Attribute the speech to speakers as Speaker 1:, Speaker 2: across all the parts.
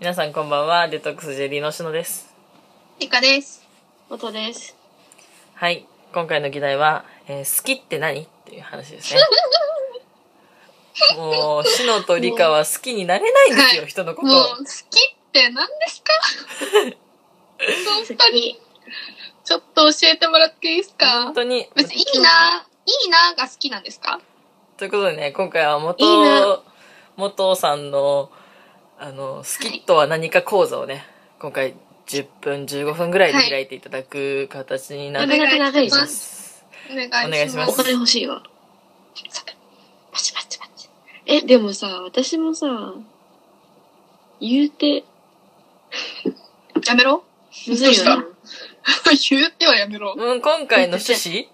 Speaker 1: 皆さんこんばんは、デトックス JD のしのです。
Speaker 2: リカです。音です。
Speaker 1: はい、今回の議題は、えー好きって何っていう話です ね。もう、しのとりかは好きになれないんですよ、
Speaker 2: は
Speaker 1: 人のこ
Speaker 2: もう、好
Speaker 1: と。
Speaker 2: きって何ですか 本当に。ちょっと教えてもらっていいですか
Speaker 1: 本当に。
Speaker 2: 別にいいな、いいなが好きなんですか
Speaker 1: ということでね、今回は元、
Speaker 2: いいな
Speaker 1: 元さんの、あの、好きとは何か講座をね、今回10分、15分ぐらいで開いていただく形にな
Speaker 2: お
Speaker 1: っ
Speaker 3: な
Speaker 1: て
Speaker 3: か
Speaker 2: 願
Speaker 3: なか長い
Speaker 2: い
Speaker 3: で
Speaker 2: し
Speaker 3: す
Speaker 2: ま
Speaker 3: ね
Speaker 2: す。お
Speaker 1: お
Speaker 2: 願
Speaker 1: 願
Speaker 2: い
Speaker 1: いし
Speaker 2: し
Speaker 1: ま
Speaker 2: ますす。
Speaker 3: お金欲しいわ。
Speaker 2: パチパチパチ。
Speaker 3: え、でもさ、私もさ、言うて、
Speaker 2: やめろ
Speaker 3: むずいよ
Speaker 2: ど
Speaker 3: ね。
Speaker 2: 言うてはやめろ。うん。
Speaker 1: うん、今回の趣旨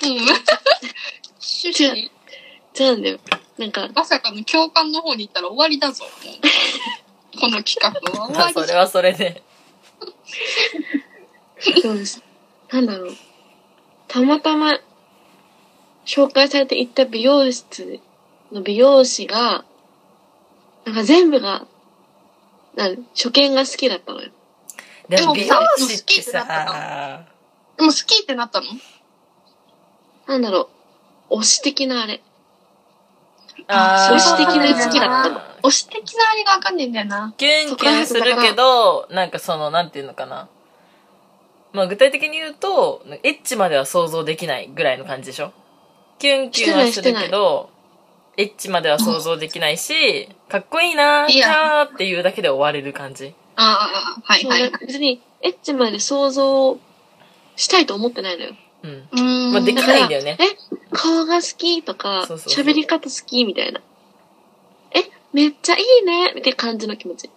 Speaker 2: 趣旨、
Speaker 3: そうなんだよ。なんか、
Speaker 2: まさかの共感の方に行ったら終わり だぞ。この企画は終
Speaker 1: あ
Speaker 2: わり
Speaker 1: それはそれで。
Speaker 3: そうですなんだろう。たまたま、紹介されて行った美容室の美容師が、なんか全部が、なん初見が好きだったのよ。
Speaker 1: でも
Speaker 2: でも
Speaker 1: 美容師って
Speaker 2: 美容師好きってなった
Speaker 1: さ、
Speaker 2: でも好きってなったの
Speaker 3: なんだろう。推し的なあれ。
Speaker 1: あー
Speaker 3: 推し的な好きだったの。
Speaker 2: 推し的なあれがわかんねえんだよな。
Speaker 1: キュンキュンするけど、なんかその、なんていうのかな。まあ具体的に言うと、エッチまでは想像できないぐらいの感じでしょキュンキュンはするけど、エッチまでは想像できないし、かっこいいなー、
Speaker 2: いや
Speaker 1: キャーっていうだけで終われる感じ。
Speaker 2: ああ、はい
Speaker 3: そう
Speaker 2: はい。
Speaker 3: 別に、エッチまで想像したいと思ってないのよ。
Speaker 1: うん。
Speaker 2: うん
Speaker 1: まあできないんだよね。
Speaker 3: 顔が好きとか、
Speaker 1: そうそうそう
Speaker 3: 喋り方好きみたいな。え、めっちゃいいねって感じの気持ち。
Speaker 1: だ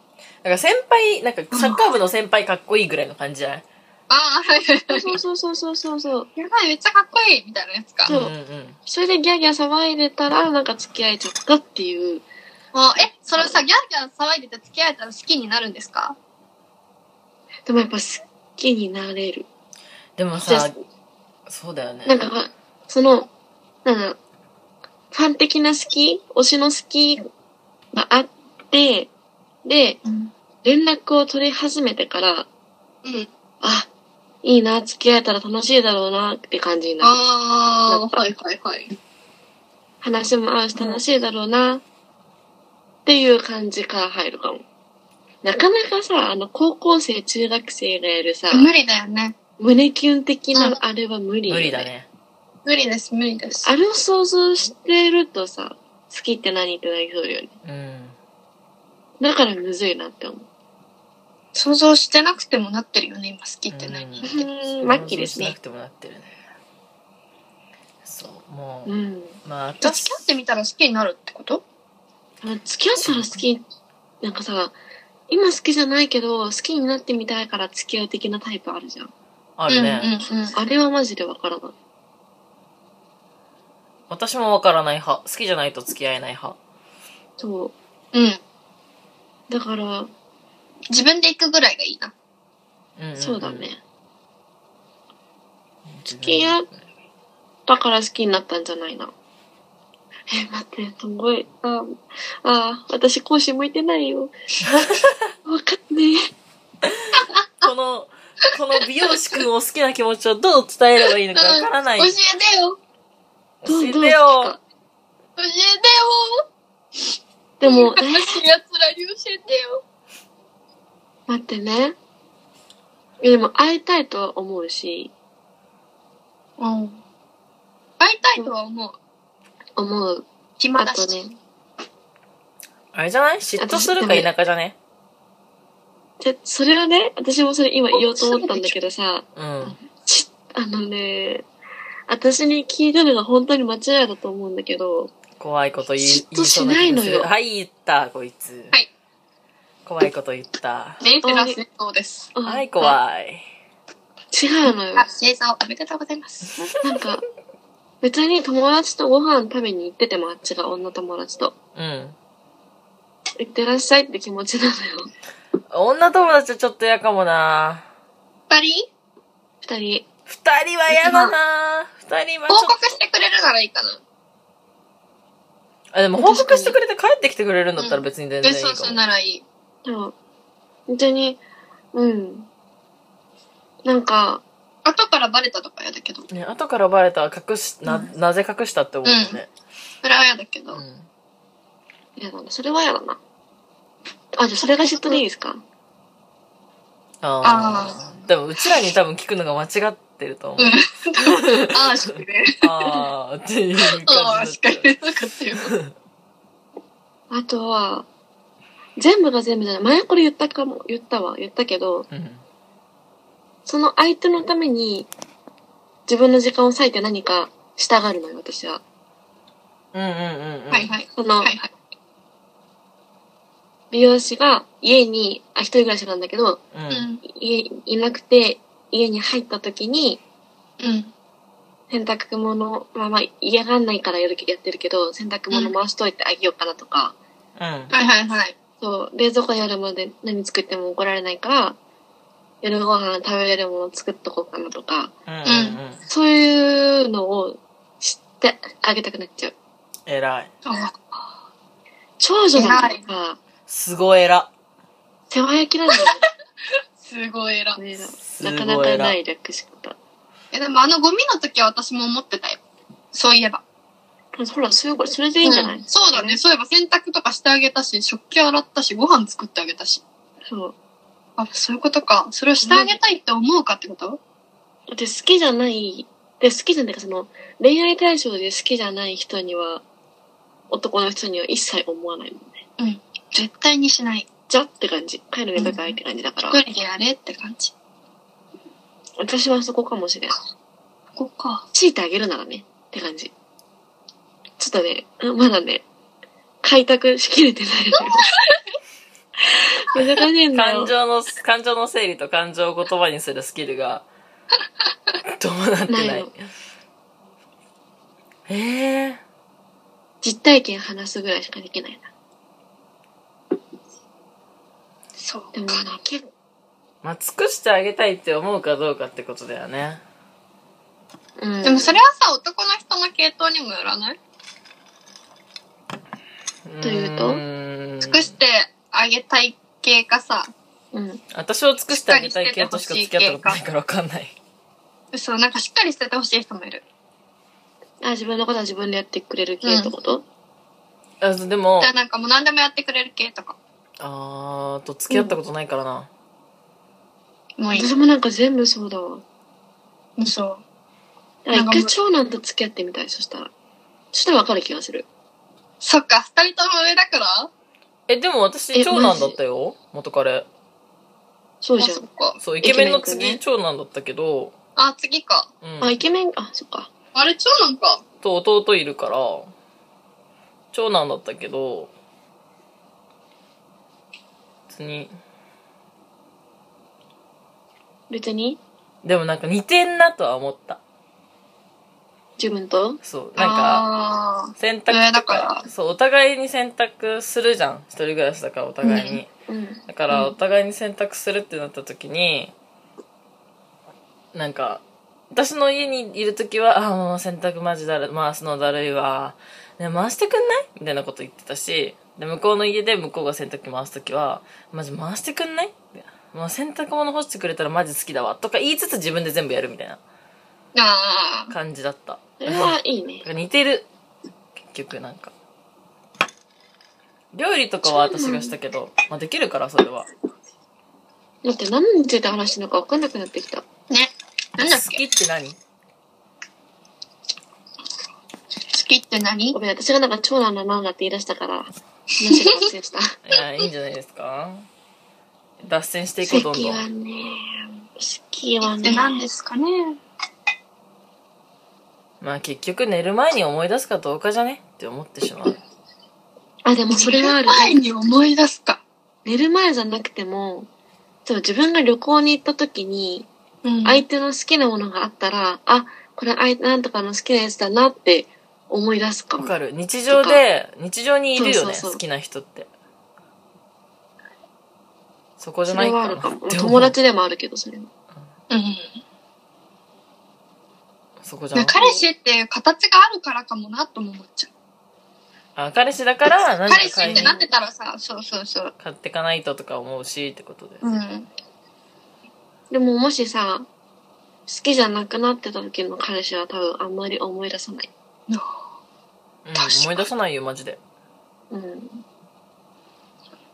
Speaker 1: から先輩、なんかサッカー部の先輩かっこいいぐらいの感じじゃない
Speaker 2: ああ、はいはいはい。
Speaker 3: そうそうそうそうそうそう。
Speaker 2: やばい、めっちゃかっこいいみたいなやつか。
Speaker 1: うん
Speaker 3: そう
Speaker 1: うんうん。
Speaker 3: それでギャーギャー騒いでたら、なんか付き合えちゃったっていう。
Speaker 2: あえ、それさ、ギャーギャー騒いでて付き合えたら好きになるんですか
Speaker 3: でもやっぱ好きになれる。
Speaker 1: でも
Speaker 3: じゃ
Speaker 1: さ、そうだよね。
Speaker 3: なんかまあ、その、なんだろうファン的な好き、推しの好きがあって、で、
Speaker 2: うん。
Speaker 3: 連絡を取り始めてから、あ、いいな、付き合えたら楽しいだろうなって感じになる。
Speaker 2: ああ、はいはいはい。
Speaker 3: 話も合うし楽しいだろうなっていう感じから入るかも。なかなかさ、あの、高校生、中学生がやるさ、
Speaker 2: 無理だよね。
Speaker 3: 胸キュン的
Speaker 2: うん
Speaker 3: なあれは無理、
Speaker 1: 無理だ。ね。
Speaker 2: 無理です、無理です。
Speaker 3: あれを想像してるとさ、好きって何ってなりそうだよね。
Speaker 1: うん。
Speaker 3: だからむずいなって思う。
Speaker 2: 想像してなくてもなってるよね、今好きって何
Speaker 1: うん
Speaker 3: うーん、末期です
Speaker 1: な
Speaker 3: ね
Speaker 1: く。てもなってるね。そう、もう
Speaker 3: う、ん。
Speaker 1: まあ、
Speaker 2: じゃあ付き合ってみたら好きになるってこと
Speaker 3: まあ付き合ったら好き、なんかさ、今好きじゃないけど、好きになってみたいから付き合う的なタイプあるじゃん。
Speaker 1: あ
Speaker 2: あ
Speaker 1: るね、
Speaker 2: うんうんうん。
Speaker 3: あれはマジでわからない。
Speaker 1: 私もわからない派。好きじゃないと付き合えない派。
Speaker 3: そう。
Speaker 2: うん。
Speaker 3: だから、
Speaker 2: 自分で行くぐらいがいいな。
Speaker 1: うんんん
Speaker 3: そうだね。。
Speaker 1: 付
Speaker 3: き合だから好きになったんじゃないな。え、待って、すごい。あ、あ、私講師向いてないよ。わかんね
Speaker 1: この、この美容師くんを好きな気持ちをどう伝えればいいのかわからない。
Speaker 2: 教えてよ
Speaker 3: え。どう、ど
Speaker 1: 教え
Speaker 3: う
Speaker 1: てよ。
Speaker 2: 教えてよ
Speaker 3: でも、え
Speaker 2: 悲しい奴らに教えてよ
Speaker 3: 待ってね。いやでも会いたいとは思うし、
Speaker 2: うん。会いたいとは思う。
Speaker 3: 思う。
Speaker 2: 暇
Speaker 3: あ
Speaker 2: だし。
Speaker 3: とね、
Speaker 1: あれじゃない嫉妬するか否かじゃね
Speaker 3: じゃ、それはね、私もそれ今言おうと思ったんだけどさ、
Speaker 1: うん。
Speaker 3: ち、あのね、私に聞いたのが本当に間違いだと思うんだけど、
Speaker 1: 怖いこと言い、
Speaker 3: 嫉
Speaker 1: 言
Speaker 3: 妬
Speaker 1: いそ
Speaker 3: し
Speaker 1: うな
Speaker 3: ない
Speaker 1: 気
Speaker 3: の
Speaker 1: がする。
Speaker 3: よ
Speaker 1: はい、言った、こいつ。
Speaker 2: はい。
Speaker 1: 怖いこと言った。
Speaker 2: メンテナンスそうです。
Speaker 3: あ
Speaker 1: はい、怖い。
Speaker 3: 違うのよ。
Speaker 2: あ、生産おめでとうございます。
Speaker 3: なんか、別に友達とご飯食べに行っててもあっちが女友達と。
Speaker 1: うん。
Speaker 3: 行ってらっしゃいって気持ちなのよ。
Speaker 1: 女友達はちょっと嫌かもな
Speaker 2: やっぱり
Speaker 3: 二人。
Speaker 1: 二人は嫌だな二人はちょ
Speaker 2: 報
Speaker 1: っ
Speaker 2: 告してくれるならいいかな。
Speaker 1: と。あ、でも報告してくれて帰ってきてくれるんだったら別に全然いい
Speaker 2: そう
Speaker 1: か
Speaker 2: そう
Speaker 1: も。
Speaker 2: ならいい。
Speaker 3: でも、本当に、うん。なんか、
Speaker 2: 後からバレたとかやだけど。
Speaker 1: ね、後からバレたら隠し、な、
Speaker 3: う
Speaker 1: なぜ隠したって思うよね。
Speaker 2: それはやだけど。
Speaker 1: うん
Speaker 3: 嫌だな。それは嫌だな。あ、じゃあそれが嫉妬でいいですか
Speaker 1: ああ。でも、うちらに多分聞くのが間違ってると思う。
Speaker 2: ああ、しっかりね。
Speaker 1: ああ、っていう感じ
Speaker 2: あ
Speaker 1: だ
Speaker 2: あ、
Speaker 1: っ
Speaker 2: しったかりねなかったよ。
Speaker 3: あとは、全部が全部じゃない。前これ言ったかも、言ったわ、言ったけど、
Speaker 1: うん。
Speaker 3: その相手のために、自分の時間を割いて何かしたがるのよ、私は。
Speaker 1: うんうんうんうん。
Speaker 2: はいはい。
Speaker 3: その
Speaker 2: はい、はい。
Speaker 3: 美容師が家に、あ、一人暮らしなんだけど、
Speaker 1: うん。う
Speaker 2: う
Speaker 1: ん
Speaker 2: ん。
Speaker 3: 家、いなくて、家に入った時に、
Speaker 2: うん。
Speaker 3: 洗濯物、まあまあ嫌がんないからやるけやってるけど、洗濯物回しといてあげようかなとか、
Speaker 2: はいはいはい。
Speaker 3: そう、冷蔵庫にあるまで何作っても怒られないから、夜ご飯食べれるもの作っとこうかなとか、
Speaker 1: うんうんうん。
Speaker 3: そういうのを知ってあげたくなっちゃう。
Speaker 1: 偉い。
Speaker 2: あ
Speaker 3: 長女だから、
Speaker 1: すごい偉。
Speaker 3: 世話焼きなんだよ
Speaker 2: すごい偉い。
Speaker 3: ね。
Speaker 1: すご
Speaker 3: ないか
Speaker 1: 偉
Speaker 3: なかない略し方。
Speaker 2: え、でもあのゴミの時は私も思ってたよ。そういえば。
Speaker 3: ほら、そういうこと、それでいいんじゃない、
Speaker 2: うそうだね。そういえば洗濯とかしてあげたし、食器洗ったし、ご飯作ってあげたし。
Speaker 3: そう。
Speaker 2: あ、そういうことか。それをしてあげたいって思うかってこと
Speaker 3: だって好きじゃない、で好きじゃないか、その、恋愛対象で好きじゃない人には、男の人には一切思わないもんね。
Speaker 2: 絶対にしない。
Speaker 3: じゃって感じ。帰るね、高いって感じだから。
Speaker 2: 一人でやれって感じ。
Speaker 3: 私はそこかもしれん。
Speaker 2: ここか。
Speaker 3: 強いてあげるならね、って感じ。ちょっとね、まだね、開拓しきれ てないのよ。難しいんだ
Speaker 1: 感
Speaker 3: よ。
Speaker 1: 情の、感情の整理と感情を言葉にするスキルが、どうなってな
Speaker 3: ないいの。
Speaker 1: ええ
Speaker 3: 実体験話すぐらいしかできないな。
Speaker 2: そう
Speaker 3: でもね、結構、
Speaker 1: まあ、尽くしてあげたいって思うかどうかってことだよね。
Speaker 3: うん。
Speaker 2: でもそれはさ、男の人の系統にもよらない
Speaker 1: う
Speaker 3: というと
Speaker 1: ーん
Speaker 2: 尽くしてあげたい系かさ、
Speaker 3: うん。
Speaker 1: 私を尽くしてあげたい系としか付き合ったことないからわかんない。
Speaker 2: そう、なんかしっかり捨ててほしい人もいる。
Speaker 3: あ、自分のことは自分でやってくれる系ってこと、
Speaker 1: あでも
Speaker 2: じゃ、あなんかもう何でもやってくれる系とか。
Speaker 1: あーと付き合ったことないからな。
Speaker 2: もうい
Speaker 3: 私もなんか全部そうだわ。
Speaker 2: い。そう。
Speaker 3: だから
Speaker 2: なん
Speaker 3: 一
Speaker 2: かもう
Speaker 3: 回長男と付き合ってみたい、そしたら。そしたらわかる気がする。
Speaker 2: そっか、二人とも上だから
Speaker 1: え、でも私
Speaker 3: え
Speaker 1: 長男だったよ。元彼。
Speaker 3: そうじゃ
Speaker 2: あそ
Speaker 3: ん
Speaker 2: っ。か。
Speaker 1: そう、イケメンの
Speaker 3: イケメン
Speaker 1: 次、
Speaker 3: 君ね
Speaker 1: 長男だったけど、
Speaker 2: あ、次か。
Speaker 1: う
Speaker 3: あ、イ
Speaker 1: ん。
Speaker 3: ケメン、あ、そっか。
Speaker 2: あれ、長男か。
Speaker 1: と弟いるから、長男だったけど、別に、
Speaker 3: 別に
Speaker 1: でもなんか似てんなとは思った。
Speaker 3: 自分と
Speaker 1: そう、なんか、
Speaker 2: あ
Speaker 1: 洗濯
Speaker 2: 上
Speaker 1: と
Speaker 2: だ
Speaker 1: か
Speaker 2: か
Speaker 1: そうお互いに洗濯するじゃん一人暮らしだからお互いに、
Speaker 3: うん。
Speaker 1: だから
Speaker 2: う
Speaker 1: お互いに洗濯するってなった時になんか私の家にいる時は「あーもう洗濯マジだる回すのだるいわ、ね、回してくんない?」みたいなこと言ってたしで向こうの家で向こうが洗濯回す時は「マジ回してくんない?」もう洗濯物干してくれたらマジ好きだわとか言いつつ自分で全部やるみたいな
Speaker 2: ー。あー。
Speaker 1: 感じだった
Speaker 3: それはいいね
Speaker 1: なん。か似てる結局なんか料理とかは私がしたけど、まあ、できるからそれは
Speaker 3: だって何について話してるのか分かんなくなってきた。
Speaker 2: ね。なんだっ
Speaker 1: 好き
Speaker 2: け
Speaker 1: って何
Speaker 2: 好きって何
Speaker 3: ごめん、私がなんか長男のなんだって言い出したから、話が発生した。
Speaker 1: いやいいんじゃないですか脱線していこうど
Speaker 3: 好
Speaker 1: んど
Speaker 3: き
Speaker 1: ん
Speaker 3: はね、好きは
Speaker 2: で
Speaker 3: ね、
Speaker 2: 何ですかね。
Speaker 1: まあ結局寝る前に思い出すかどうかじゃねって思ってしまう
Speaker 3: あ、でもそれはある、
Speaker 2: 前
Speaker 3: ね。
Speaker 2: に思い出すか。
Speaker 3: 寝る前じゃなくても、そう自分が旅行に行った時に、
Speaker 2: うん
Speaker 3: 相手の好きなものがあったら、あ、これ相手なんとかの好きなやつだなって思い出すか
Speaker 1: わ
Speaker 3: も。
Speaker 1: かる日常で日常にいるよね
Speaker 3: そうそうそう
Speaker 1: 好きな人ってそこじゃ
Speaker 3: そ
Speaker 1: ない
Speaker 3: れは
Speaker 1: かな
Speaker 3: ある
Speaker 1: って
Speaker 3: か
Speaker 1: 思
Speaker 3: も。
Speaker 1: う
Speaker 3: 友達でもあるけど、それも。
Speaker 2: うん。
Speaker 1: そこじゃ
Speaker 2: なん
Speaker 1: ない
Speaker 2: か彼氏っていう形があるからかもなとも思っちゃう。
Speaker 1: あ彼氏だから何か
Speaker 2: 彼氏
Speaker 1: 買い
Speaker 2: っ
Speaker 1: に
Speaker 2: てなってたらさ、そうそうそう。
Speaker 1: 買ってかないととか思うしってことで、
Speaker 2: うん。
Speaker 3: でももしさ、好きじゃなくなってた時の彼氏は多分あんまり思い出さない。
Speaker 1: うん、
Speaker 2: 確かに
Speaker 1: 思い出さないよマジで
Speaker 3: うん。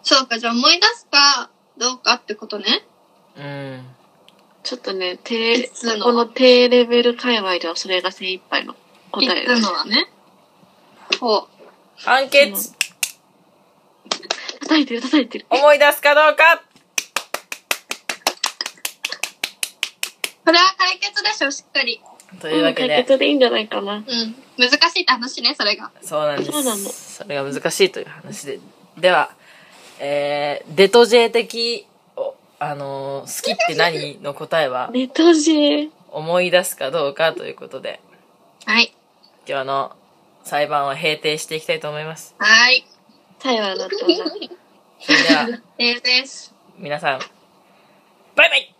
Speaker 2: そうか、じゃあ思い出すかどうかってことね。
Speaker 1: うん
Speaker 3: ちょっとね、低
Speaker 2: い、つの
Speaker 3: この低レベル界隈ではそれが精一杯の答え
Speaker 2: い
Speaker 3: だ
Speaker 2: つ
Speaker 3: ね
Speaker 2: のはね。ほう。
Speaker 1: アンケート
Speaker 3: 叩いてる叩いてる。
Speaker 1: 思い出すかどうか
Speaker 2: これは解決でしょ、しっかり。
Speaker 1: というわけ
Speaker 3: 解
Speaker 1: で
Speaker 3: 決でいいんじゃないかな。
Speaker 2: うん。難しいって話ね、それが。
Speaker 1: そうなんです
Speaker 3: そうなの
Speaker 1: それが難しいという話でではえー、デトジェ的おあのー好きって何の答えは
Speaker 3: ネトジー。
Speaker 1: 思い出すかどうかということで
Speaker 2: はい。
Speaker 1: 今日の裁判は閉廷していきたいと思います
Speaker 2: はい。
Speaker 3: 台湾だったんだ。
Speaker 1: それでは
Speaker 2: えーです。
Speaker 1: 皆さんバイバイ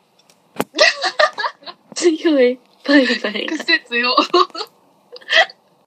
Speaker 3: 強い。バイバイ。
Speaker 2: 癖強。